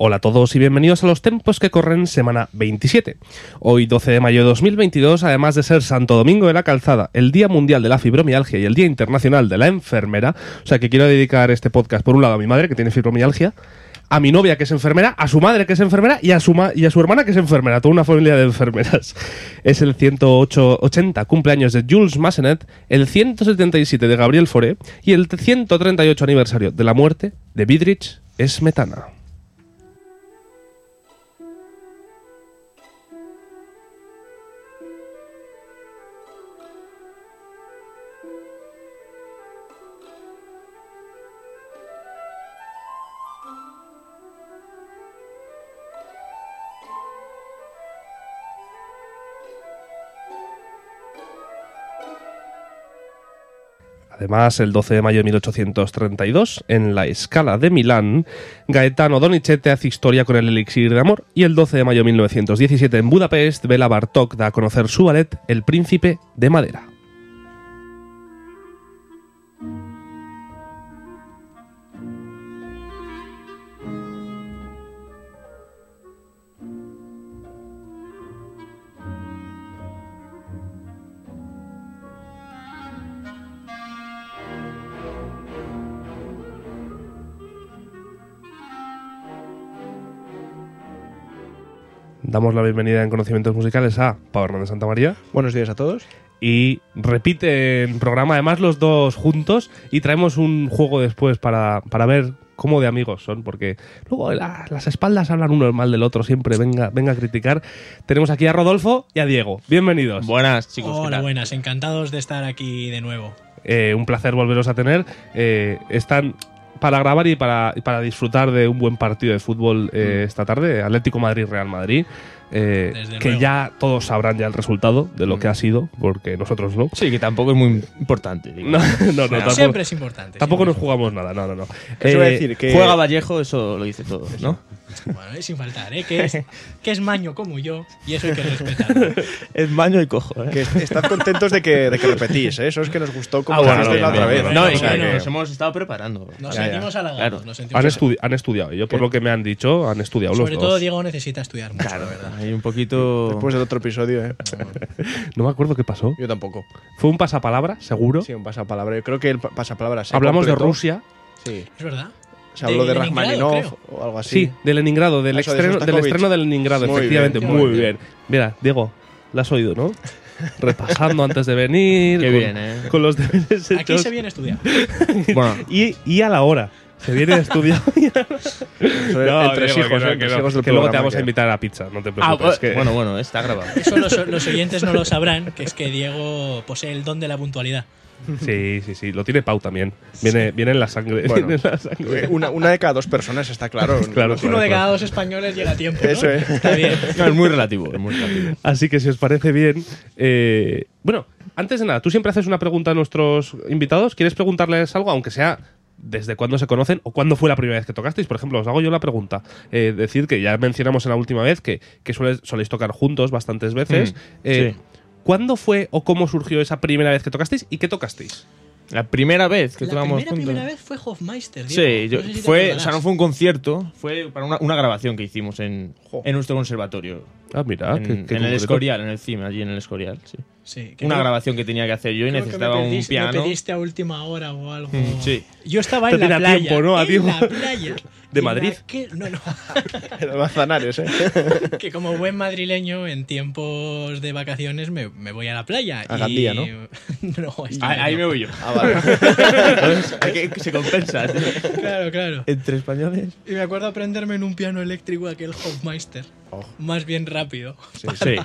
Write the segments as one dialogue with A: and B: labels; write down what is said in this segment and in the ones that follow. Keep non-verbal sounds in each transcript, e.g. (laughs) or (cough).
A: Hola a todos y bienvenidos a los tiempos que corren semana 27. Hoy 12 de mayo de 2022, además de ser Santo Domingo de la Calzada, el Día Mundial de la Fibromialgia y el Día Internacional de la Enfermera, o sea que quiero dedicar este podcast por un lado a mi madre que tiene fibromialgia, a mi novia que es enfermera, a su madre que es enfermera y a su, ma- y a su hermana que es enfermera, toda una familia de enfermeras. Es el 180 cumpleaños de Jules Massenet, el 177 de Gabriel Fauré y el 138 aniversario de la muerte de Bidrich Smetana. Además, el 12 de mayo de 1832, en la Escala de Milán, Gaetano Donizetti hace historia con el elixir de amor y el 12 de mayo de 1917, en Budapest, Bela Bartok da a conocer su ballet El Príncipe de Madera. Damos la bienvenida en Conocimientos Musicales a Pablo Hernández Santa María
B: Buenos días a todos.
A: y repiten programa, además los dos juntos y traemos un juego después para, para ver cómo de amigos son, porque luego la- las espaldas hablan uno mal del otro, siempre venga, venga a criticar. Tenemos aquí a Rodolfo y a Diego, bienvenidos.
C: Buenas, chicos. ¿qué
D: Hola,
C: tal?
D: buenas, encantados de estar aquí de nuevo.
A: Eh, un placer volveros a tener. Eh, están para grabar y para, y para disfrutar de un buen partido de fútbol eh, esta tarde, Atlético Madrid-Real Madrid, eh,
D: Mm. Desde
A: que
D: luego. Mm.
A: ya todos sabrán ya el resultado de lo que ha sido, porque nosotros no.
C: Sí, que tampoco es muy importante.
A: (laughs)
C: digo. Eh,
A: No, no, no, tampoco-
D: Siempre es importante.
A: Tampoco nos jugamos nada, no, no, no.
B: Eso iba a
A: Eh,
B: decir que
C: Juega Vallejo, eso lo dice todo, ¿no?
D: siempre. Bueno, eh, sin faltar, ¿eh? Que es, que es maño como yo y eso hay que respetarlo.
C: Es baño y cojo, ¿eh?
B: que est- estad contentos de que, de que repetís, ¿eh? Eso es que nos gustó como
C: Ah, bueno,
B: dijisteis
C: bien,
B: la otra
C: bien,
B: vez.
C: bien.
D: ¿no?
C: No,
D: O
C: y
D: sea
C: que
D: que-
C: nos hemos estado preparando.
D: Nos
B: Ya, ya.
D: sentimos halagados.
C: Claro.
D: nos
A: han,
D: sentimos
A: estudi- han estudiado, yo
B: Eh,
A: por lo que me han dicho, han estudiado
D: halagados. Sobre
A: los
D: todo
A: dos.
D: Diego necesita estudiar mucho, la verdad.
C: Hay un poquito.
B: Después del otro episodio, ¿eh?
A: No me acuerdo qué pasó.
B: Yo tampoco.
A: Fue un pasapalabra, seguro.
B: Sí, un pasapalabra. Yo creo que el pa- pasapalabra se
A: Hablamos de
B: completó.
A: Rusia.
B: Sí.
D: Es verdad.
B: Se habló
D: De
B: de,
D: Leningrado,
B: Rachmaninoff o algo
A: Sí,
B: así.
A: de Leningrado, del,
B: Ah, Eso de
A: estreno, del
B: Sostakovich.
A: estreno de Leningrado,
B: Muy
A: efectivamente.
D: bien,
A: Muy
D: muy
A: bien. Mira, Diego, la has oído,
B: (laughs)
A: ¿no? Repasando antes de venir.
C: Qué
A: con,
C: bien, ¿eh?
A: Con los deberes
D: Aquí
A: hechos.
D: se viene a estudiar.
C: Bueno,
A: Y, y a la hora. Se viene de
B: (laughs)
A: estudio.
B: Eso era entre
A: Diego,
B: hijos,
A: que no,
B: ¿eh?
A: que
B: entre
A: no,
B: hijos del
A: que luego te
B: programa,
A: vamos a
B: que-
A: invitar a pizza, no te
C: ah,
A: preocupes. que-
C: bueno, bueno, está grabado.
D: Eso los, los oyentes no lo sabrán, que es que Diego posee el don de la puntualidad.
A: Sí, sí, sí, lo tiene Pau también. Viene, viene en la sangre. (laughs)
B: Bueno.
A: viene en la sangre.
B: Eh, Una, una de cada dos personas,
A: (laughs)
B: está claro.
A: Claro.
D: Uno de cada dos españoles llega a tiempo. ¿no?
B: Eso, eh.
D: Está bien.
C: No, es muy relativo. Es muy relativo.
A: Así que si os parece bien. eh, bueno, antes de nada, tú siempre haces una pregunta a nuestros invitados. ¿Quieres preguntarles algo, aunque sea desde cuándo se conocen o cuándo fue la primera vez que tocasteis? Por ejemplo, os hago yo la pregunta. Eh, decir que ya mencionamos en la última vez que, que suele- soléis tocar juntos bastantes veces.
C: Mm,
A: Eh,
C: sí.
A: ¿Cuándo fue o cómo surgió esa primera vez que tocasteis y qué tocasteis?
C: La primera vez que
D: La
C: tocamos
D: primera,
C: juntos.
D: primera vez fue Hofmeister. Diego.
C: Sí, yo-
D: No sé si te
C: fue, o
D: acordarás.
C: sea, no fue un concierto, fue para una, una grabación que hicimos en,
B: Jo.
C: en nuestro conservatorio.
A: Ah, mira,
C: en
A: qué- qué
C: en el
A: concreto.
C: Escorial, en el CIME, allí en el Escorial. Sí.
D: Sí, que
C: Una
D: creo-
C: grabación que tenía que hacer yo y
D: Creo que
C: necesitaba
D: me
C: un
D: pediste- me
C: piano.
D: pediste a última hora o algo.
C: Mm, sí.
D: Yo estaba
A: Te
D: en la
A: tenía
D: playa.
A: tiempo, ¿no? A
D: en
A: tiempo.
C: (laughs)
D: la playa.
A: ¿De
D: En la
A: Madrid?
D: que- no, (laughs) no.
B: Los manzanares, ¿eh?
D: Que como buen madrileño, en tiempos de vacaciones me, me voy a la playa.
B: A
D: y-
B: Gandía, ¿no?
D: (laughs) no, esto
C: Ahí,
D: no.
C: ahí me voy yo.
B: Ah, vale.
A: (laughs)
C: Entonces, hay que- se compensa. tío.
D: Claro, claro.
C: Entre españoles.
D: Y me acuerdo aprenderme en un piano eléctrico aquel Hofmeister.
C: Oh.
B: Ojo.
D: Más bien rápido. (laughs) Para
C: Sí.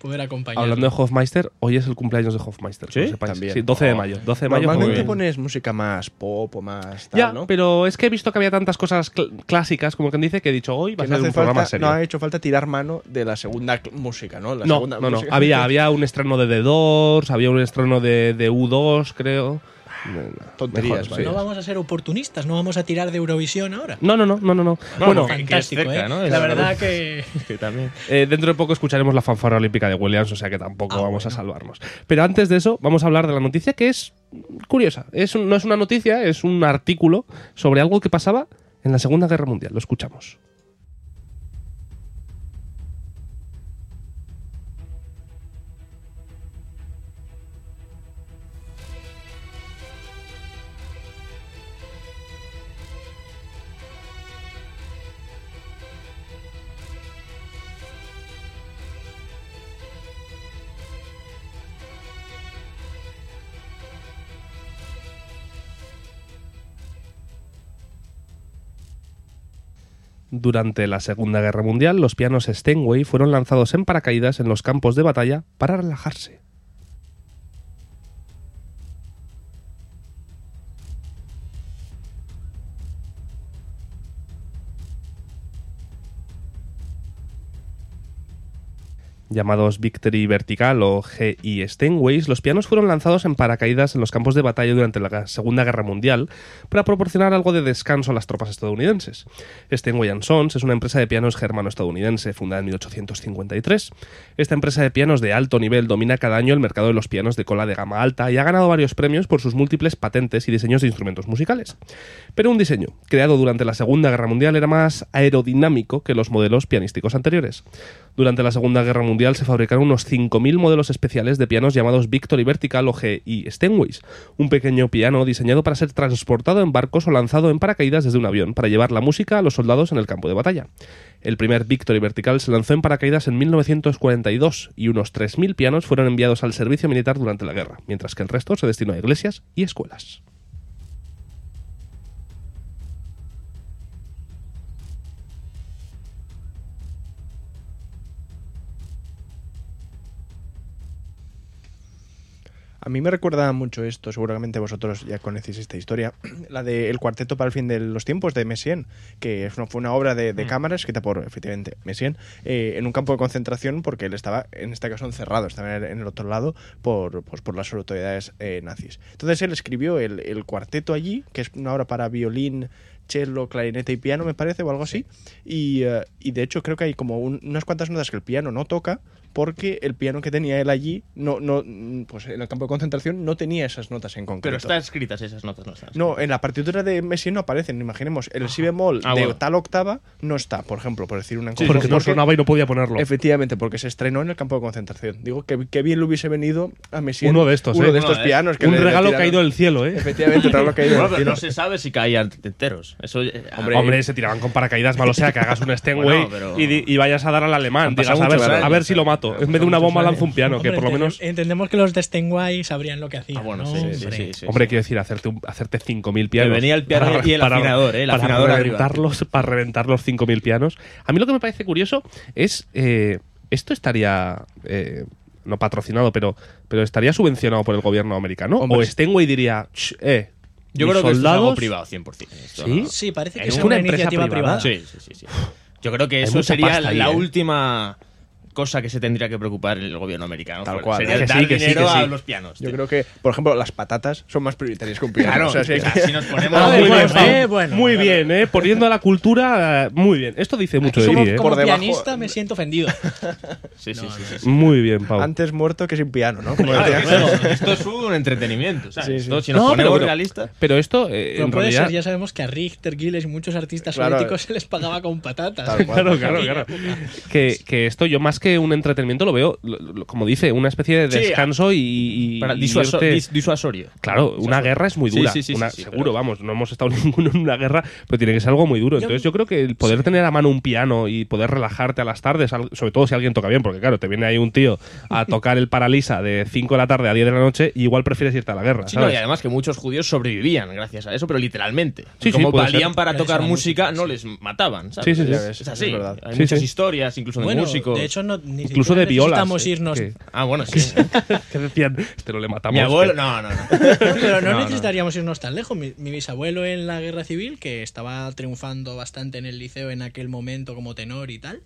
D: poder acompañar.
A: Hablando de Hofmeister, hoy es el cumpleaños de Hofmeister.
C: ¿Sí?
A: que lo sepáis.
B: También.
A: Sí, Oh. 12 de mayo. 12 de mayo
B: Normalmente
A: Hofmeister.
C: bien.
B: pones música más pop o más tal,
A: Ya,
B: ¿no?
A: pero es que he visto que había tantas cosas cl- clásicas, como quien dice, que he dicho hoy va
B: Que
A: a ser
B: no, hace
A: un programa
B: falta,
A: serio.
B: no ha hecho falta tirar mano de la segunda cl- música, ¿no? La
A: no,
B: segunda
A: no, no.
B: música.
A: Había,
B: (laughs)
A: había un estreno de The Doors, había un estreno de, de U2, creo. No, no,
B: Tonterías,
A: mejor,
B: vaya.
D: No
A: sí.
D: vamos a ser oportunistas, no vamos a tirar de Eurovisión ahora.
A: No, no, no, no, no. no.
C: No,
A: bueno,
C: porque- que es
D: fantástico,
C: cerca,
D: ¿eh?
C: ¿no? Es
D: La
C: la
D: verdad
C: verdad.
D: que
C: Que también.
A: eh, dentro de poco escucharemos la fanfarra olímpica de Williams, o sea que tampoco
D: Ah,
A: vamos a
D: bueno.
A: salvarnos. Pero antes de eso, vamos a hablar de la noticia que es curiosa. Es un- no es una noticia, es un artículo sobre algo que pasaba en la Segunda Guerra Mundial. Lo escuchamos. Durante la Segunda Guerra Mundial, los pianos Steinway fueron lanzados en paracaídas en los campos de batalla para relajarse. Llamados Victory Vertical o GI Steinways, los pianos fueron lanzados en paracaídas en los campos de batalla durante la Ga- Segunda Guerra Mundial para proporcionar algo de descanso a las tropas estadounidenses. Steinway Sons es una empresa de pianos germano-estadounidense fundada en 1853. Esta empresa de pianos de alto nivel domina cada año el mercado de los pianos de cola de gama alta y ha ganado varios premios por sus múltiples patentes y diseños de instrumentos musicales. Pero un diseño creado durante la Segunda Guerra Mundial era más aerodinámico que los modelos pianísticos anteriores. Durante la Segunda Guerra Mundial se fabricaron unos 5.000 modelos especiales de pianos llamados Victory Vertical o GI Steinways, un pequeño piano diseñado para ser transportado en barcos o lanzado en paracaídas desde un avión para llevar la música a los soldados en el campo de batalla. El primer Victory Vertical se lanzó en paracaídas en 1942 y unos 3.000 pianos fueron enviados al servicio militar durante la guerra, mientras que el resto se destinó a iglesias y escuelas.
B: A mí me recuerda mucho esto, seguramente vosotros ya conocéis esta historia, (clears throat) la de El cuarteto para el fin de los tiempos de Messiaen, que es una- fue una obra de, de cámara escrita por, efectivamente, Messiaen, eh, en un campo de concentración porque él estaba, en este caso, encerrado, estaba en el- en el otro lado por, pues, por las autoridades eh, nazis. Entonces él escribió el, el cuarteto allí, que es una obra para violín, cello, clarinete y piano, me parece, o algo así. Y, eh, y de hecho creo que hay como un- unas cuantas notas que el piano no toca porque el piano que tenía él allí, no, no, mm, pues en el campo de concentración, no tenía esas notas en concreto.
C: Pero están escritas esas notas, no están.
B: No, en la partitura de Messi no aparecen, imaginemos. El si bemol
C: Ah,
B: de
C: bueno.
B: tal octava no está, por ejemplo, por decir una
A: Porque no
B: porque-
A: sonaba y no podía ponerlo.
B: Efectivamente, porque se estrenó en el campo de concentración. Digo que, que bien le hubiese venido a Messi.
A: Uno de estos,
B: uno
A: ¿eh?
B: de estos
C: Uno de-
B: pianos. Que
A: Un
B: le- le
A: regalo
B: tiraron.
A: caído del cielo, ¿eh?
B: Efectivamente, un regalo caído
C: Bueno,
B: del
C: pero no
B: cielo.
C: se sabe si caían enteros. Eso, eh,
A: Hombre, se tiraban con paracaídas, malo sea que hagas un Steinway
C: (laughs) Bueno, pero-
A: y, di- y vayas a dar al alemán.
C: Han
A: Digas,
C: pasado
A: a ver,
C: muchos
A: a
C: años,
A: ver si lo
C: han
A: mato.
C: pasado
A: En vez de una
C: muchos
A: bomba
C: años.
A: lanza un piano, que
D: Hombre,
A: por lo
D: entende-
A: menos...
D: Entendemos que los de Steinway sabrían lo que hacían.
C: Ah, bueno,
D: ¿no,
C: sí, sí, sí,
D: hombre?
C: sí, sí,
A: Hombre,
C: sí.
A: quiero decir, hacerte, un- hacerte 5.000 pianos.
C: Que venía el piano y el afinador, ¿eh? El
A: para
C: afinador arriba.
A: reventarlos, Para reventar los 5.000 pianos. A mí lo que me parece curioso es... eh, esto estaría... eh, no patrocinado, pero, pero estaría subvencionado por el gobierno americano.
B: Hombre,
A: o
B: sí.
A: Steinway diría, "Ch, eh,
C: Yo
A: mis
C: creo que esto es algo
A: soldados-
C: privado, 100%. esto,
A: ¿Sí?
C: ¿no?
D: Sí, parece que
A: ¿Es
D: es
A: una
D: una,
A: empresa
D: iniciativa
A: privada?
D: privada.
C: Sí, sí, sí, sí. Yo creo que
A: Hay
C: eso
A: mucha
C: sería
A: pasta ahí,
C: la
A: ¿eh?
C: última cosa que se tendría que preocupar el gobierno americano.
B: Tal
C: Fue-
B: cual,
C: Sería
A: ¿eh? Que
C: dar
A: sí, que sí,
C: dinero
A: que sí.
C: a los pianos.
B: Yo
C: tío.
B: creo que, por ejemplo, las patatas son más prioritarias que un piano.
C: Claro,
B: o sea, si hay que-
C: si (laughs) nos ponemos
A: Ah,
D: Ah,
A: muy
D: bueno,
A: bien,
D: eh,
A: ¿no?
D: bueno.
A: muy bien, ¿eh? Poniendo a la cultura, eh, muy bien. Esto dice mucho de
B: somos
A: Iri, ¿eh?
B: Por
D: Como
B: debajo-
D: pianista me
A: (laughs)
D: siento ofendido.
C: Sí, sí, sí, sí, sí.
A: Muy bien, Pau.
B: Antes muerto que sin piano, ¿no? Como
C: Claro,
B: decías.
C: claro, esto es un entretenimiento. ¿sabes?
B: Sí, sí.
C: Esto, si nos
A: No, pero
C: ponemos
A: bueno,
C: realistas.
A: Pero esto, eh,
D: Pero
A: en
D: puede
A: realidad...
D: ser, ya sabemos que a Richter, Gilles y muchos artistas
B: Claro.
D: políticos se les pagaba con patatas.
B: Tal cual.
A: Claro, claro, claro. Que, que esto yo más que un entretenimiento lo veo, lo- lo- como dice, una especie de
C: Sí,
A: descanso y, y-
C: Para
A: y
C: disuaso-
A: irte-
C: dis- disuasorio.
A: Claro, una guerra es muy
C: Sí,
A: dura.
C: sí, sí,
A: una-
C: sí, sí,
A: seguro,
C: pero-
A: vamos, no hemos estado (laughs) ninguno en una guerra, pero tiene que ser algo muy duro.
D: Yo-
A: Entonces yo creo que el poder tener a mano un piano y poder relajarte a las tardes, al- sobre todo si alguien toca bien, porque claro, te viene ahí un tío
C: (laughs)
A: a tocar el paralisa de 5 de la tarde a 10 de la noche, y igual prefieres irte a la guerra.
C: Sí, no,
A: ¿sabes?
C: y además que muchos judíos sobrevivían gracias a eso, pero literalmente.
A: Sí, sí,
C: Como
A: puede
C: valían
A: ser.
C: para
D: Gracias
C: tocar
D: a la
C: música,
D: música,
C: no les mataban,
A: Sí,
C: ¿sabes?
A: sí, sí.
B: Ya ves,
C: Es así.
B: es verdad.
C: Hay
A: Sí,
C: muchas
A: sí.
C: historias, incluso de
D: Bueno,
C: músicos.
D: de hecho, no, ni
A: Incluso
D: siquiera
A: de violas.
D: necesitamos
A: ¿eh?
D: irnos.
A: que,
C: Ah, bueno, sí.
A: que decían, este no le matamos.
C: (laughs) Mi abuelo.
A: que-
C: No, no, no.
D: Pero no,
C: No, no.
D: necesitaríamos irnos tan lejos. Mi, mi bisabuelo en la guerra civil, que estaba triunfando bastante en el liceo en aquel momento como tenor y tal,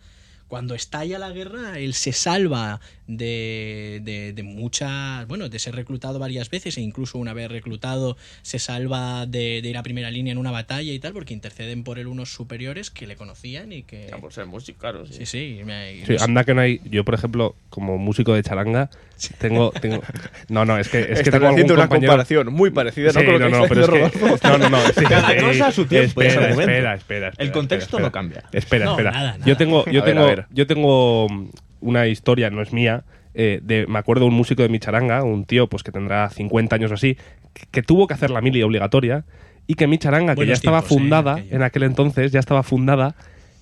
D: cuando estalla la guerra, él se salva de, de, de muchas. Bueno, de ser reclutado varias veces, e incluso una vez reclutado, se salva de, de ir a primera línea en una batalla y tal, porque interceden por él unos superiores que le conocían y que.
C: Ya, por ser músico, claro. Sí.
D: Sí, sí. me-
A: Ah, pues Sí, anda que no hay. Yo, por ejemplo, como músico de charanga, tengo. tengo no, no, es que, es que
B: Están
A: tengo algún
B: haciendo una
A: compañero.
B: comparación muy parecida, ¿no?
A: Sí,
B: Con lo que
A: no, no,
B: está
A: pero es
B: haciendo
A: que-
B: Rodolfo.
A: no, no, no, sí,
C: Cada
A: sí,
C: cosa a su tiempo, es
A: Espera,
C: el momento.
A: espera, espera, espera,
C: El contexto
A: espera,
C: no
A: espera.
C: cambia.
A: Espera,
D: No,
A: espera.
D: nada, nada.
A: Yo tengo, yo
B: A ver,
A: tengo,
B: a ver.
A: yo tengo mm, una historia, no es mía. eh, de, me acuerdo de un músico de mi charanga, un tío pues que tendrá 50 años o así, que, que tuvo que hacer la mili obligatoria y que mi charanga, que
D: Buenos
A: ya estaba
D: tiempos, eh,
A: fundada
D: aquello.
A: en aquel entonces, ya estaba fundada,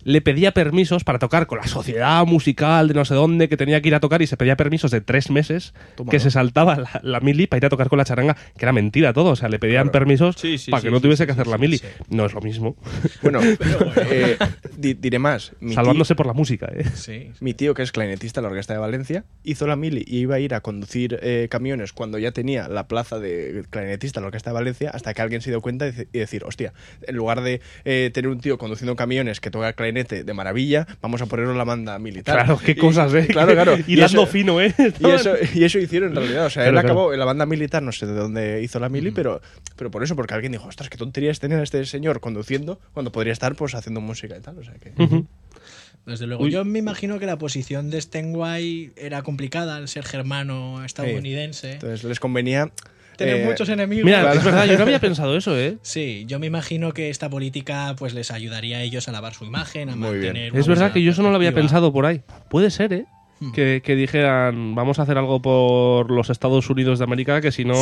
A: le pedía permisos para tocar con la sociedad musical de no sé dónde que tenía que ir a tocar y se pedía permisos de tres meses
B: Toma,
A: que
B: ¿no?
A: se saltaba la, la mili para ir a tocar con la charanga, que era mentira todo. O sea, le pedían permisos
C: Sí, sí,
A: para
C: sí,
A: que no
C: sí,
A: tuviese
C: sí,
A: que hacer
C: sí,
A: la
C: sí,
A: mili.
C: sí.
A: No es lo mismo.
B: (laughs)
A: (laughs)
B: Bueno, eh, di- diré más. Mi tío-
A: Salvándose por la música, ¿eh?
D: Sí.
B: Mi tío, que es clarinetista de la Orquesta de Valencia, hizo la mili y iba a ir a conducir eh, camiones cuando ya tenía la plaza de clarinetista de la Orquesta de Valencia, hasta que alguien se dio cuenta y dec- y decir, hostia, en lugar de eh, tener un tío conduciendo camiones que toca clarinete de maravilla, vamos a ponernos la banda militar.
A: Claro, qué
B: Y-
A: cosas, ¿eh?
B: Claro, claro.
A: (laughs) Y Hilando
B: eso-
A: fino, ¿eh?
B: y eso, y eso hicieron en realidad. O sea,
A: Claro, Mm.
B: él
A: claro.
B: acabó en la banda militar, no sé de dónde hizo la mili, pero, pero por eso, porque alguien dijo, ostras, qué tontería es tener a este señor conduciendo cuando podría estar pues haciendo música y tal. O sea que.
A: Ujú.
D: Desde luego.
A: Uy.
D: Yo me imagino que la posición de Stengway era complicada al ser germano estadounidense.
B: Entonces les convenía.
D: Tener
B: eh,
D: muchos enemigos.
A: Mira, es verdad, yo no había pensado eso, ¿eh?
D: Sí, yo me imagino que esta política pues les ayudaría a ellos a lavar su imagen, a
B: Muy bien.
D: mantener. una
A: Es verdad
D: buena
A: que yo eso no lo había
D: perspectiva.
A: pensado por ahí. Puede ser, ¿eh?
D: Hmm.
A: Que, que dijeran, vamos a hacer algo por los Estados Unidos de América, que si no...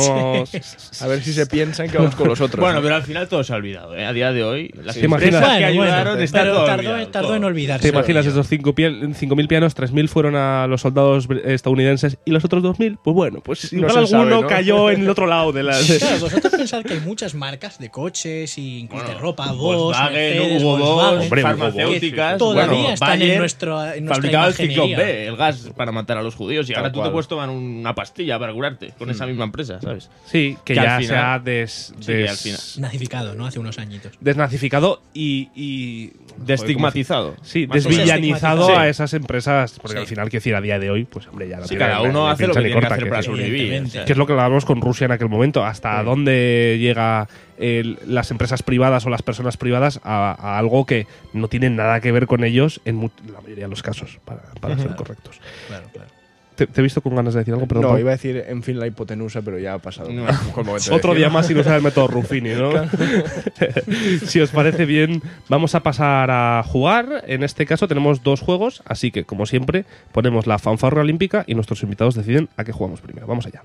A: (laughs)
B: A ver si se piensan que vamos con los otros.
C: Bueno,
B: ¿no?
C: pero al final todo se ha olvidado, ¿eh? A día de hoy, las
A: Sí,
C: empresas
A: imaginas.
C: que
D: Bueno, bueno,
C: ayudaron está
D: pero
C: todo
D: tardó,
C: olvidado,
D: tardó
C: todo.
D: en olvidarse.
A: ¿Te imaginas esos 5.000 pian- 5.000 pianos, 3.000 fueron a los soldados br- estadounidenses y los otros 2.000? Pues bueno, pues
B: No
A: igual
B: se
A: alguno
B: sabe, ¿no?
A: cayó en el otro lado de la...
D: Claro, vosotros pensad que hay muchas marcas de coches y incluso de ropa, vos,
C: Volkswagen,
D: Mercedes,
C: Hugo Boss,
D: Volkswagen,
A: Hombre, Hugo Boss,
C: farmacéuticas.
D: que todavía
C: bueno,
D: están en
C: Bayer
D: nuestro en nuestra
C: Fabricaba el
D: imaginería.
C: ciclón B, el gas para matar a los judíos, y
B: Tal
C: ahora tú
B: cual.
C: te puedes tomar una pastilla para curarte con esa misma empresa, ¿sabes?
A: Sí, que,
C: Que al
A: ya
C: final-
A: se ha des-
C: Sí, que
A: des-
C: al final.
D: Nacificado, ¿no? Hace unos añitos.
A: desnazificado y... y
C: Destigmatizado.
A: Sí,
C: Más o menos.
A: desvillanizado
C: Sí.
A: a esas empresas, porque
D: Sí.
A: al final, que decir, a día de hoy, pues hombre, ya no
C: Sí,
A: tiene
C: cada
A: ni-
C: uno
A: ni
C: hace lo
A: pincha
C: que
A: ni
C: tiene que
A: corta,
C: hacer
A: que-
C: para sobrevivir. o
D: Evidentemente.
C: sea.
A: Que es lo que hablábamos con Rusia en aquel momento. ¿Hasta dónde llega el- las empresas privadas o las personas privadas a, a algo que no tiene nada que ver con ellos en mu- la mayoría de los casos, para, para ser correctos?
D: Claro, claro.
A: Te, te he visto con ganas de decir algo, perdón.
B: No,
A: Pau.
B: iba a decir, en fin, la hipotenusa, pero ya ha pasado.
C: No.
A: (laughs)
B: Fue el momento de
A: Otro día
B: decirlo.
A: más sin usar el método Ruffini, ¿no? (laughs) si os parece bien, vamos a pasar a jugar. En este caso tenemos dos juegos, así que, como siempre, ponemos la fanfarra olímpica y nuestros invitados deciden a qué jugamos primero. Vamos allá.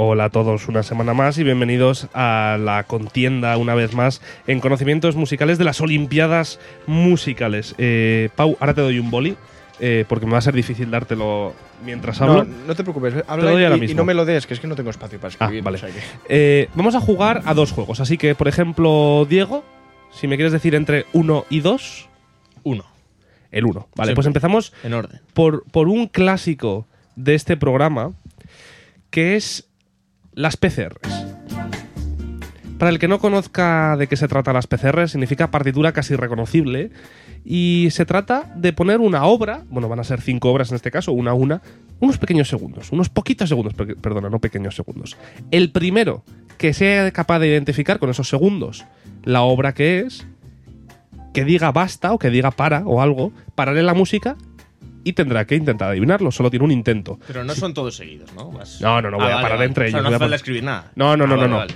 A: Hola a todos una semana más y bienvenidos a la contienda una vez más en conocimientos musicales de las Olimpiadas Musicales. Eh, Pau, ahora te doy un boli eh, porque me va a ser difícil dártelo mientras hablo.
B: No, no te preocupes,
A: Te
B: habla
A: doy
B: y,
A: ahora
B: y
A: mismo.
B: no me lo des, que es que no tengo espacio para
A: Ah,
B: escribir.
A: vale.
B: o sea que-
A: Eh, vamos a jugar a dos juegos, así que por ejemplo, Diego, si me quieres decir entre 1 y 2,
C: Uno,
A: el 1. Vale,
C: Siempre.
A: pues empezamos
C: en orden.
A: por, por un clásico de este programa, que es las PCRs. Para el que no conozca de qué se trata las PCRs, significa partitura casi reconocible. Y se trata de poner una obra, bueno, van a ser cinco obras en este caso, una a una, unos pequeños segundos, unos poquitos segundos, pe- perdona, no pequeños segundos. El primero que sea capaz de identificar con esos segundos la obra que es, que diga basta o que diga para o algo, pararé la música y tendrá que intentar adivinarlo. Solo tiene un intento.
C: Pero no son todos seguidos, ¿no? Vas- Ah,
A: No, no, no, voy a parar entre
C: O sea,
A: ellos,
C: no
A: voy a
C: hace falta
A: parar.
C: escribir nada.
A: No, no, no, no,
C: Ah, vale,
A: no.
C: vale.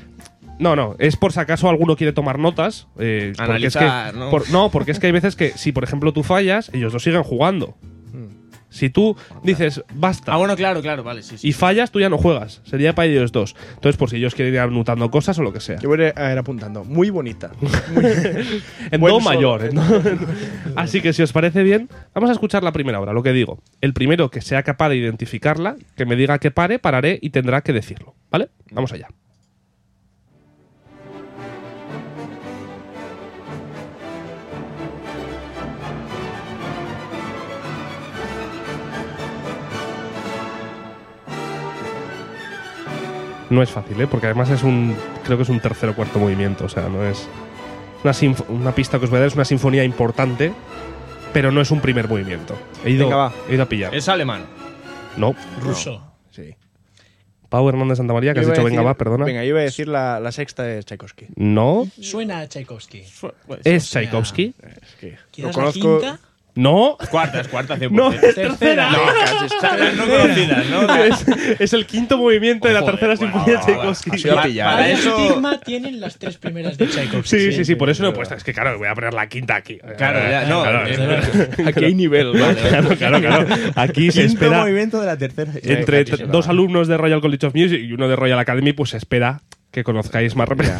A: No, no, es por si acaso alguno quiere tomar notas. eh, porque es que-
C: Analizar, ¿no?
A: por- no, porque es que hay veces que si, por ejemplo, tú fallas, ellos lo siguen jugando. Si tú dices basta
C: Ah, bueno, claro, claro, vale, sí, sí.
A: y fallas, tú ya no juegas. Sería para ellos dos. Entonces, por si ellos quieren ir anotando cosas o lo que sea.
B: Yo voy a ir a ir apuntando. Muy bonita. Muy-
A: En
B: Buen
A: do
B: solo.
A: mayor. en do- (laughs) Así que si os parece bien, vamos a escuchar la primera obra, lo que digo. El primero que sea capaz de identificarla, que me diga que pare, pararé y tendrá que decirlo. ¿Vale? Vamos allá. No es fácil, ¿eh? Porque además es un. Creo que es un tercer o cuarto movimiento, o sea, no es. Una, sinf- una pista que os voy a dar es una sinfonía importante, pero no es un primer movimiento. He ido,
B: Venga, va.
A: he ido a pillar.
C: Es alemán.
A: No,
D: Ruso.
B: sí.
A: Pau Hernández Santa María, que has
B: Yo iba a
A: dicho, venga,
B: decir-
A: va, perdona.
B: Venga, yo iba a decir la, la sexta de Tchaikovsky.
A: No,
D: Suena a Tchaikovsky.
A: es Tchaikovsky.
B: Es que
D: ¿Quién es la quinta?
A: No,
C: Cuarta, es cuarta,
A: (laughs)
C: 100%.
A: no, es
D: Tercera.
A: tercera.
C: No, caches,
A: (laughs)
C: salas no conocidas, ¿no? (laughs)
A: Es, es el quinto movimiento de la
C: Joder,
A: tercera
C: bueno,
A: sinfonía de
C: va,
A: Tchaikovsky.
C: va, ha sido
A: Va-
C: pillado.
D: Vaya
C: Para eso-
D: estigma tienen las tres primeras de Tchaikovsky. ¿eh?
A: Sí, sí, sí, por eso lo he puesto. Es que claro, voy a poner la quinta aquí. Eh,
C: Claro, ya, no.
A: Claro,
C: es-
A: claro,
B: Aquí hay nivel,
A: claro, claro, claro. (laughs) Aquí se
E: Quinto
A: espera
E: movimiento de la tercera.
A: entre t- dos alumnos de Royal College of Music y uno de Royal Academy, pues se espera que conozcáis más rápido.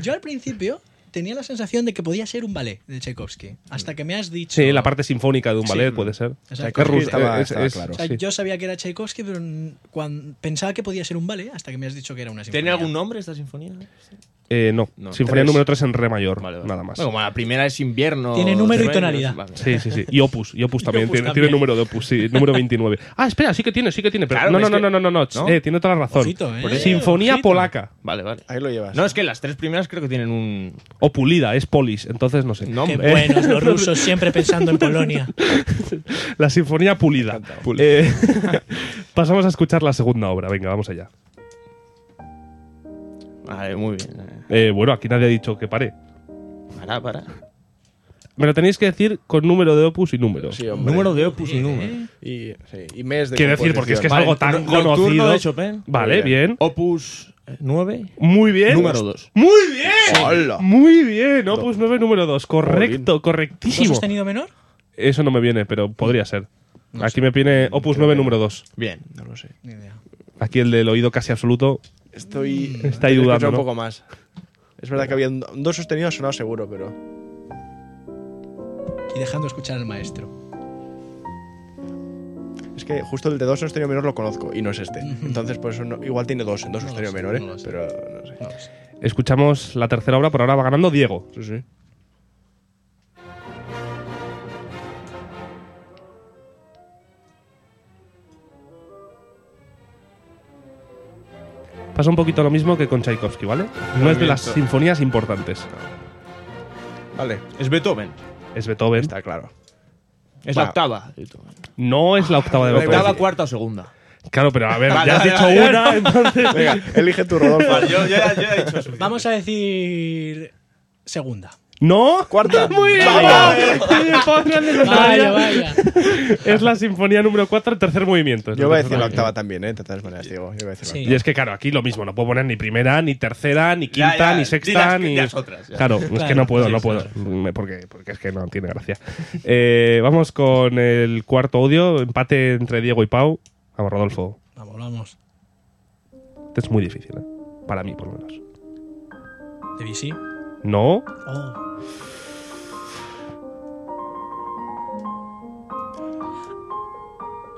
D: Yo al principio tenía la sensación de que podía ser un ballet de Tchaikovsky. Hasta que me has dicho.
A: (laughs) Sí, la parte sinfónica de un ballet
D: Sí.
A: puede ser.
D: Exacto.
A: Es ruso,
B: Estaba-
A: es-
B: estaba
A: es-
B: claro.
D: O sea,
A: sí.
D: Yo sabía que era Tchaikovsky, pero mm, cuan- pensaba que podía ser un ballet hasta que me has dicho que era una sinfonía.
C: ¿Tiene algún nombre esta sinfonía?
A: Eh, no,
C: No,
A: Sinfonía
C: tres.
A: número 3 en re mayor,
C: Vale, vale.
A: nada más.
C: Bueno, como la primera es invierno.
D: Tiene número y
C: otoño,
D: tonalidad.
C: vale.
A: Sí, sí, sí. Y Opus, y Opus también.
D: Opus
A: tiene,
D: también.
A: tiene número de Opus, sí, número 29. Ah, espera, sí que tiene, sí que tiene. Pero
C: Claro,
A: no,
C: es
A: no, no,
C: que-
A: no, no, no, no, ch-
C: ¿no?
A: eh, tiene toda la razón.
D: Ojito, eh.
A: Por eso- Sinfonía
D: Ojito.
A: polaca.
C: Vale, vale.
B: Ahí lo llevas.
C: No, es que las tres primeras creo que tienen un
A: O pulida, es polis, entonces no sé. Eh,
D: Qué
A: (laughs)
C: nombre.
D: buenos los rusos, siempre pensando en Polonia.
A: La sinfonía pulida. Eh, (laughs) pasamos a escuchar la segunda obra. Venga, vamos allá.
C: Vale, muy bien.
A: Eh, bueno, aquí nadie ha dicho que pare.
C: Para, para.
A: Me lo tenéis que decir con número de opus y número.
B: Sí, hombre.
C: de opus y
D: Eh,
B: Y, sí, y mes de
A: Quiero decir, porque es que es
B: composición.
A: algo tan
C: no- nocturno
A: conocido.
C: de Chopin.
A: Vale,
B: Muy bien.
A: bien.
C: Opus 9.
A: Muy bien.
C: Número dos.
A: Muy bien.
B: ¡Hola!
A: Muy bien. Opus 9, número 2. Correcto,
D: ¿Do
A: correctísimo.
D: sostenido menor?
A: Eso no me viene, pero podría ser. Aquí me viene Opus 9, número 2.
C: Bien.
B: No lo sé.
D: Ni idea.
A: Aquí el del oído casi absoluto.
B: Estoy.
A: Está
B: Hay que
A: dudando,
B: escuchar
A: ¿no?
B: un poco más. Es verdad que había un- dos sostenidos sonado seguro, pero.
D: Y dejando escuchar al maestro.
B: Es que justo el de dos sostenido menor lo conozco y no es este. Entonces, por eso no- igual tiene dos en dos
D: No lo
B: sostenido
D: sé,
B: menor, ¿eh?
D: no lo sé.
B: pero no sé.
D: No lo sé.
A: Escuchamos la tercera obra, por ahora va ganando Diego.
B: Sí, sí.
A: Pasa un poquito lo mismo que con Tchaikovsky, ¿vale? No es de las sinfonías importantes.
B: Vale,
C: Es Beethoven.
A: Es Beethoven.
B: está claro.
C: Es
B: Va.
C: la octava. Beethoven.
A: No es la octava de
C: La
A: Beethoven.
C: octava, cuarta o segunda.
A: Claro, pero a ver,
C: Vale,
A: ya has
C: vale,
A: dicho
C: vale.
A: una, entonces.
B: Venga, (laughs) elige tu Rodolfo.
C: yo, ya, he dicho eso.
D: Vamos a decir.
A: (laughs)
D: Segunda.
A: ¿No? Cuarta. (laughs) Muy bien. (laughs)
B: Vaya.
A: Pau. Pau Hernández de
D: Vaya,
A: Saraya.
D: vaya.
A: Es la sinfonía número 4, el tercer movimiento. Es
B: Yo voy a decir
A: tercer
B: la
A: movimiento.
B: octava también, ¿eh? De todas maneras, Diego. Yo voy a decir la
D: Sí.
A: Y es que, claro, aquí lo mismo, no puedo poner ni primera, ni tercera, ni
C: Ya,
A: quinta,
C: ya,
A: ni
C: di
A: sexta,
C: las-
A: ni.
C: las otras, ya.
A: Claro, es que
D: Claro,
A: no puedo,
D: sí,
A: no
D: sí,
A: puedo. Me- Porque, porque es que no tiene gracia. (laughs) Eh, vamos con el cuarto audio, empate entre Diego y Pau. Vamos, Rodolfo.
D: Vamos, vamos.
A: Este es muy difícil, ¿eh? Para mí, por lo menos.
D: De Debussy.
A: No,
D: Oh.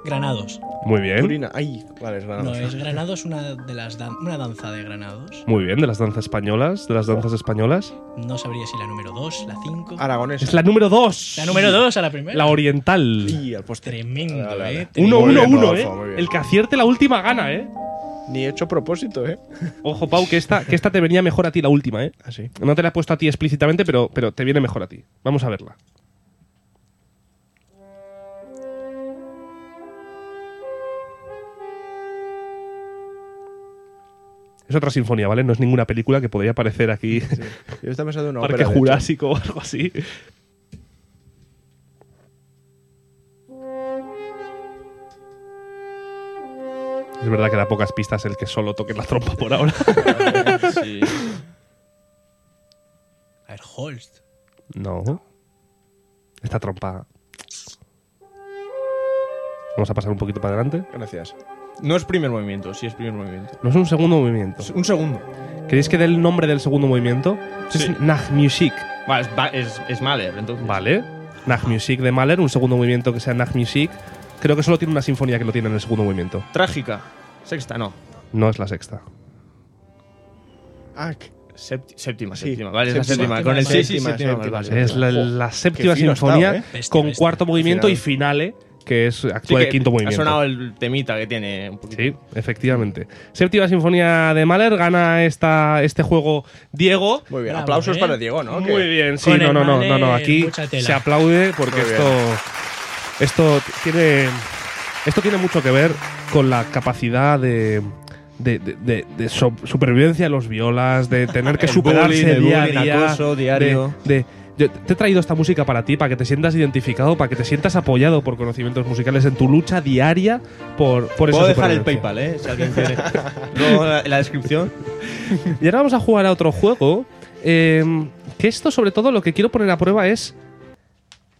D: Granados.
A: muy
B: octava.
A: bien.
B: Turina. Ay, vale, es
D: No,
B: Granados.
D: es Granados una de las dan- una danza de Granados.
A: Muy bien, de las danzas españolas, de las danzas españolas.
D: No sabría si la número 2, la 5.
B: Aragonés.
A: Es la número 2.
D: La número 2 a la primera.
A: Ah, La oriental.
B: Y al postre.
D: Tremendo,
B: Dale, dale.
D: eh.
A: Uno,
B: Muy
A: uno,
B: bien,
A: uno,
B: Rodolfo, muy
A: ¿eh?
B: bien.
A: El que acierte la última gana, ¿eh?
B: Ni hecho a propósito, ¿eh?
A: Ojo, Pau, que esta, que esta te venía mejor a ti la última, ¿eh?
B: Así.
A: No te la he puesto a ti explícitamente, pero, pero te viene mejor a ti. Vamos a verla. Es otra sinfonía, ¿vale? No es ninguna película que podría aparecer aquí.
B: Yo estaba pensando en una
A: Parque
B: ópera, de hecho.
A: Jurásico o algo así. Es verdad que da pocas pistas el que solo toque la trompa por ahora.
C: (laughs) Sí.
D: A ver, Holst.
A: No. Esta trompa. Vamos a pasar un poquito para adelante.
B: Gracias.
C: No es primer movimiento, sí es primer movimiento.
A: No es un segundo movimiento.
C: Es un segundo.
A: ¿Queréis que dé el nombre del segundo movimiento?
C: Sí.
A: Es Nachtmusik.
C: Vale, es, va- es, es Mahler, entonces.
A: Vale. Nachtmusik de Mahler, un segundo movimiento que sea Nachtmusik. Creo que solo tiene una sinfonía que lo tiene en el segundo movimiento.
C: Trágica. Sexta, no.
A: No es la sexta.
B: Ah, que-
C: Septi- séptima,
B: Sí.
C: séptima. Vale, es la
B: Séptima.
C: séptima. Con el
D: Séptima,
C: 6 y séptima.
B: séptima,
C: vale.
B: séptima.
A: Es la,
B: Jo,
A: la séptima
B: fino ha estado,
A: sinfonía
B: ¿eh?
D: Bestia,
A: con
D: bestia.
A: cuarto movimiento
B: Al
A: y finale, que es
C: Sí
A: actúa de
C: que
A: quinto movimiento.
C: Ha sonado el temita que tiene un poquito.
A: Sí, efectivamente. Séptima sinfonía de Mahler gana esta, este juego Diego.
B: Muy bien.
D: Bravo,
B: Aplausos
D: ¿eh?
B: para Diego, ¿no? Que-
A: Muy bien, sí,
D: Con
A: no,
D: el
A: no, no,
D: Mahler,
A: no, no, aquí
D: mucha tela.
A: se aplaude porque
B: Muy
A: esto esto tiene esto tiene mucho que ver con la capacidad de. De, de- de- de so- supervivencia de los violas, de tener que
C: (laughs) El
A: superarse
C: bullying, el
A: día a
C: bullying,
A: día,
C: acoso diario.
A: de- de- yo te he traído esta música para ti, para que te sientas identificado, para que te sientas apoyado por conocimientos musicales en tu lucha diaria por, por esa
C: Puedo dejar el
A: supervivencia.
C: PayPal, ¿eh? Si alguien quiere.
A: (laughs)
C: Luego en la- en la descripción.
A: Y ahora vamos a jugar a otro juego. eh, que esto, sobre todo, lo que quiero poner a prueba es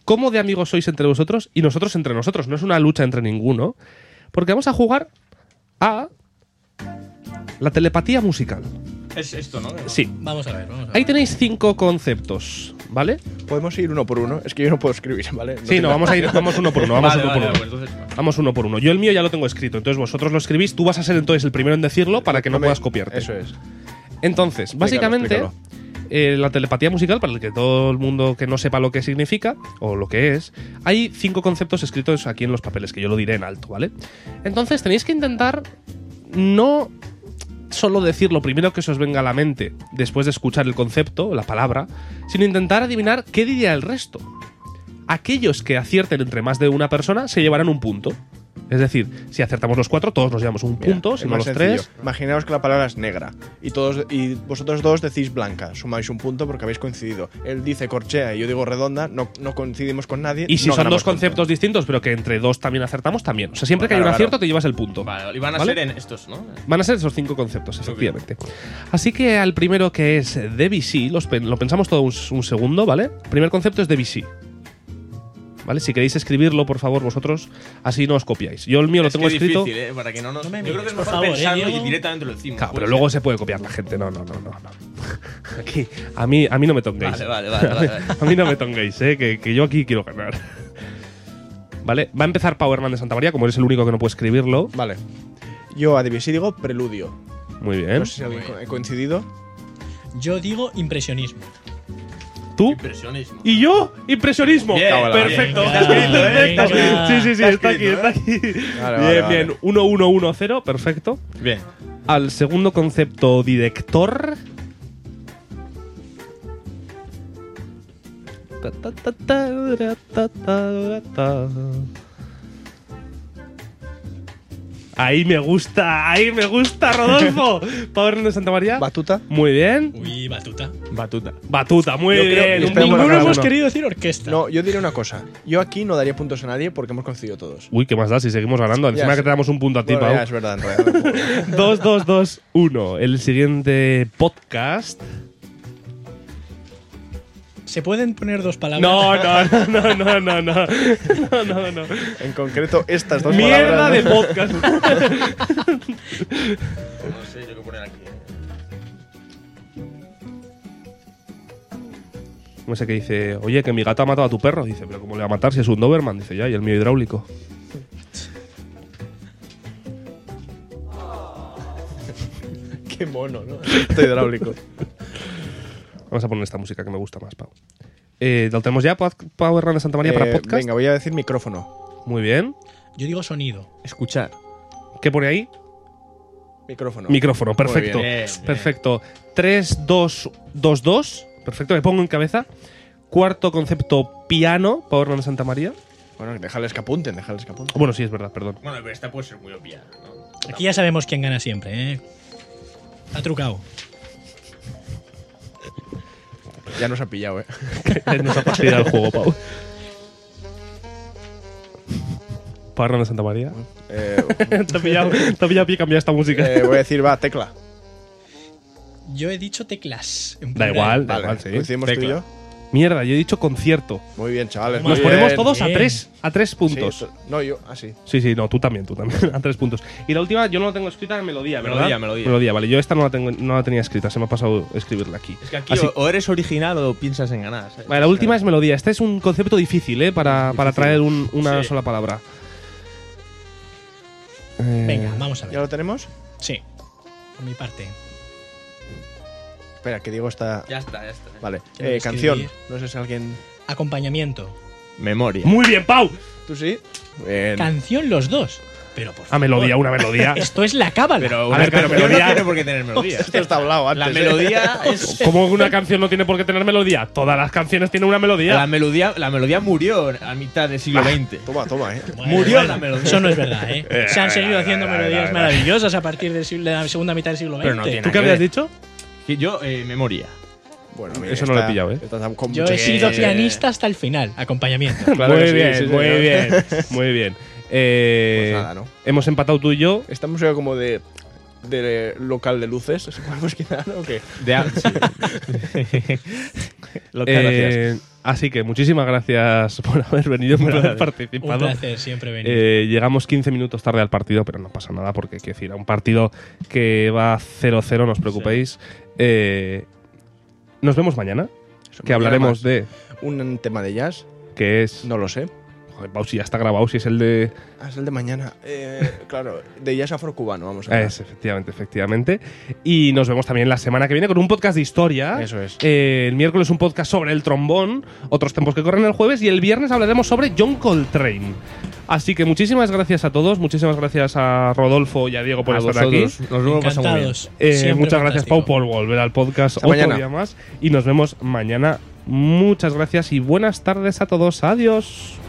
A: cómo de amigos sois entre vosotros y nosotros entre nosotros. No es una lucha entre ninguno. Porque vamos a jugar a la telepatía musical.
C: Es esto, ¿no?
A: Sí.
D: Vamos a ver, vamos a ver.
A: Ahí tenéis cinco conceptos, ¿vale?
B: Podemos ir uno por uno. Es que yo no puedo escribir, ¿vale?
A: Sí, no, vamos a ir, vamos uno por
C: (laughs)
A: uno, vamos
C: Vale,
A: uno por
C: vale,
A: uno.
C: pues entonces-
A: Vamos uno por uno. Yo el mío ya lo tengo escrito, entonces vosotros lo escribís, tú vas a ser entonces el primero en decirlo para que no,
B: me-
A: puedas copiarte.
B: Eso es.
A: Entonces, básicamente,
B: explícalo.
A: eh, la telepatía musical, para el que todo el mundo que no sepa lo que significa o lo que es, hay cinco conceptos escritos aquí en los papeles, que yo lo diré en alto, ¿vale? Entonces tenéis que intentar no solo decir lo primero que se os venga a la mente después de escuchar el concepto, la palabra, sino intentar adivinar qué diría el resto. Aquellos que acierten entre más de una persona se llevarán un punto. Es decir, si acertamos los cuatro, todos nos llevamos un
B: Mira,
A: punto,
B: es
A: si no
B: más
A: los
B: sencillo.
A: tres.
B: Imaginaos que la palabra es negra y todos y vosotros dos decís blanca. Sumáis un punto porque habéis coincidido. Él dice corchea y yo digo redonda. No, no coincidimos con nadie.
A: Y si
B: no
A: son
B: ganamos
A: dos
B: punto.
A: conceptos distintos, pero que entre dos también acertamos, también. O sea, siempre que hay
B: Claro,
A: un
B: claro.
A: acierto, te llevas el punto.
C: Vale, y van a
A: ¿Vale?
C: ser en estos, ¿no?
A: Van a ser esos cinco conceptos, efectivamente. Así que al primero que es DBC, los pen- lo pensamos todo un, s- un segundo, ¿vale? El primer concepto es DBC. ¿Vale? Si queréis escribirlo, por favor, vosotros, así no os copiáis. Yo el mío lo
C: Es
A: tengo
C: que
A: escrito.
C: difícil, ¿eh? Para que no nos...
D: No me
C: Yo
D: mires,
C: creo que es
D: por
C: mejor
D: favor, ¿eh,
C: pensarlo y
D: Diego?
C: directamente lo decimos. pues
A: Claro, pero
C: puede
A: luego
C: ser.
A: se puede copiar la gente. No, no, no, no, (laughs) no. Aquí, a mí, a mí no me tonguéis.
C: Vale, vale, vale, vale, vale.
A: (laughs) A mí no me tonguéis, eh, que, que yo aquí quiero ganar. Vale, va a empezar Powerman de Santa María, como eres el único que no puede escribirlo.
B: Vale. Yo a DBC digo preludio.
A: Muy bien.
B: No sé si alguien
C: Muy bien.
B: co- he coincidido.
D: Yo digo impresionismo.
A: ¿Tú?
C: Impresionismo.
A: ¿Y yo? Impresionismo.
C: eh, Bien,
A: Perfecto.
D: bien,
A: Está escrito,
D: venga,
A: está escrito.
D: venga.
A: Sí, sí, sí,
C: Está
A: está aquí, está
C: escrito,
A: aquí.
B: Vale, vale,
A: Bien,
B: vale.
A: bien. 1-1-1-0, perfecto.
C: Bien.
A: Al segundo concepto, director. Ta, ta, ta, ta, ra, ta, ta, ra, ta. Ahí me gusta, ahí me gusta,
B: (laughs)
A: Rodolfo. Pablo de Santa María.
B: Batuta.
A: Muy bien.
D: Uy, batuta.
C: Batuta.
A: Batuta, muy
B: Yo creo-
A: bien.
B: espero
A: Un
B: por
A: ninguno
B: acá,
A: hemos querido-
B: uno.
D: querido decir orquesta.
B: No, yo diré una cosa. Yo aquí no daría puntos a nadie porque hemos coincidido todos.
A: Uy, qué más da si seguimos ganando. Encima
B: Ya,
A: que
B: sí.
A: te damos un punto a ti,
B: Bueno,
A: Pau.
B: ya es verdad, en realidad, no puedo.
A: 2, 2, 2, 1. El siguiente podcast.
D: ¿Se pueden poner dos palabras?
A: No, no, no, no, no, no, no. No, (laughs) no, no.
B: En concreto, estas dos
A: Mierda
B: palabras.
A: de
B: ¿no?
A: podcast.
C: No sé yo qué poner aquí. ¿eh?
A: No sé qué dice, oye, que mi gata ha matado a tu perro. Dice, pero ¿cómo le va a matar si es un Doberman? Dice, ya, y el mío hidráulico.
B: Qué mono, ¿no? (laughs) Estoy hidráulico.
A: Vamos a poner esta música que me gusta más, Pau. Eh, ¿Lo tenemos ya, Pod- Power Run de Santa María, para
B: Eh,
A: podcast?
B: Venga, voy a decir micrófono.
A: Muy bien.
D: Yo digo sonido.
C: Escuchar.
A: ¿Qué pone ahí?
B: Micrófono.
A: Micrófono, perfecto.
C: bien. Bien, bien.
A: perfecto. 3, 2, 2, 2. Perfecto, me pongo en cabeza. Cuarto concepto, piano, Power Run de Santa María.
B: Bueno, déjales que apunten, déjales que apunten.
A: Bueno, sí, es verdad, perdón.
C: Bueno, pero esta puede ser muy obvia. ¿no?
D: Aquí ya sabemos quién gana siempre, ¿eh? Está trucado.
B: Ya nos ha
A: (laughs)
B: pillado, eh.
A: Nos ha fastidiado el juego, Pau. Parra de Santa María.
B: Eh,
A: (laughs) te ha pillado, te ha pillado a pie cambiar esta música.
B: eh, voy a decir, va, tecla.
D: Yo he dicho teclas. en
A: da
D: plural.
A: igual, da
B: Vale,
A: igual, sí.
B: coincidimos tú y
A: Tecla.
B: yo.
A: Mierda, yo he dicho concierto.
B: Muy bien, chavales.
A: Nos
B: muy
A: ponemos
B: bien.
A: todos a
D: Bien.
A: tres, a tres
B: Sí,
A: puntos.
B: to- no, yo, ah, así.
A: Sí, sí, no, tú también, tú también, (laughs) a tres puntos. Y la última, yo no la tengo escrita, melodía, ¿verdad?
C: Melodía, melodía.
A: vale, yo esta no la, tengo, no la tenía escrita, se me ha pasado escribirla aquí.
C: Es que aquí
A: Así-
C: o, o eres original o piensas en ganar. ¿sabes?
A: Vale, la última es melodía. Este es un concepto difícil, ¿eh? Para, para traer un- una
C: Sí.
A: sola palabra.
D: Venga, vamos a
B: ¿Ya
D: ver.
B: lo tenemos?
D: Sí. Por mi parte.
B: Espera, que Diego está.
C: Ya está, ya está.
B: Vale.
D: Quiero
B: Eh, canción.
D: escribir.
B: No sé si alguien.
D: Acompañamiento.
C: Memoria.
A: Muy bien, Pau.
B: ¿Tú sí? Bien.
D: Canción los dos. Pero por
A: A
D: favor.
A: melodía, una melodía.
B: (laughs)
D: Esto es la cábala.
C: Pero
A: A ver, pero
C: canción
A: melodía-
C: no tiene por qué tener
A: (laughs)
C: melodía.
B: Esto está hablado antes.
C: La
B: ¿eh?
C: melodía es.
A: ¿Cómo una canción no tiene por qué tener melodía? Todas las canciones tienen una
C: La
A: melodía. Ah.
C: melodía, la melodía murió a mitad del siglo XX.
B: Toma, toma, eh.
D: Bueno,
C: Murió
D: bueno,
C: la melodía.
D: Eso no es verdad, ¿eh? Se han seguido haciendo
A: eh, eh, eh,
D: melodías
A: eh.
D: maravillosas a partir del siglo- de la segunda mitad del siglo XX.
C: Pero no tiene
A: ¿Tú qué
C: que
A: habías
C: ver.
A: dicho?
C: Que yo, eh, memoria.
B: Bueno,
A: Eso no lo he
B: está-
A: pillado, eh.
B: está con
D: Yo
B: mucho-
D: he sido
C: Sí.
D: pianista hasta el final.
A: (laughs)
D: Acompañamiento.
B: Claro que
A: muy,
B: sí,
A: bien,
B: sí,
A: muy
B: señor.
A: bien,
B: (laughs)
A: muy bien, Eh,
B: Pues nada, ¿no?
A: Hemos empatado tú y yo.
B: Esta música como de, de local de luces, (laughs) supongamos quizá, ¿no? ¿O qué?
C: De a- sí. (laughs) Lo que gracias.
A: Eh, así que muchísimas gracias (laughs) por haber venido, por haber
D: Un
A: participado.
D: placer siempre venir.
A: Eh, llegamos 15 minutos tarde al partido, pero no pasa nada porque, quiero decir, a un partido que va 0-0, no os preocupéis. Eh, nos vemos mañana, que hablaremos de
B: Un tema de jazz,
A: que es.
B: no lo sé.
A: Joder, Pau, si ya está grabado, si es el de.
B: Ah, es el de mañana. Eh, claro, de jazz afrocubano, vamos a
A: (laughs) Ah,
B: ver.
A: es, efectivamente, efectivamente. Y nos vemos también la semana que viene con un podcast de historia.
B: Eso es.
A: Eh, el miércoles un podcast sobre el trombón, otros tiempos que corren el jueves y el viernes hablaremos sobre John Coltrane. Así que muchísimas gracias a todos, muchísimas gracias a Rodolfo y a Diego por
C: A
A: estar aquí.
C: vosotros. Nos vemos pasado muy bien.
D: Encantados.
A: Eh,
D: Siempre
A: muchas gracias,
D: fantástico.
A: Pau, por volver al podcast
B: Hasta
A: otro
B: mañana.
A: día más. Y nos vemos mañana. Muchas gracias y buenas tardes a todos. Adiós.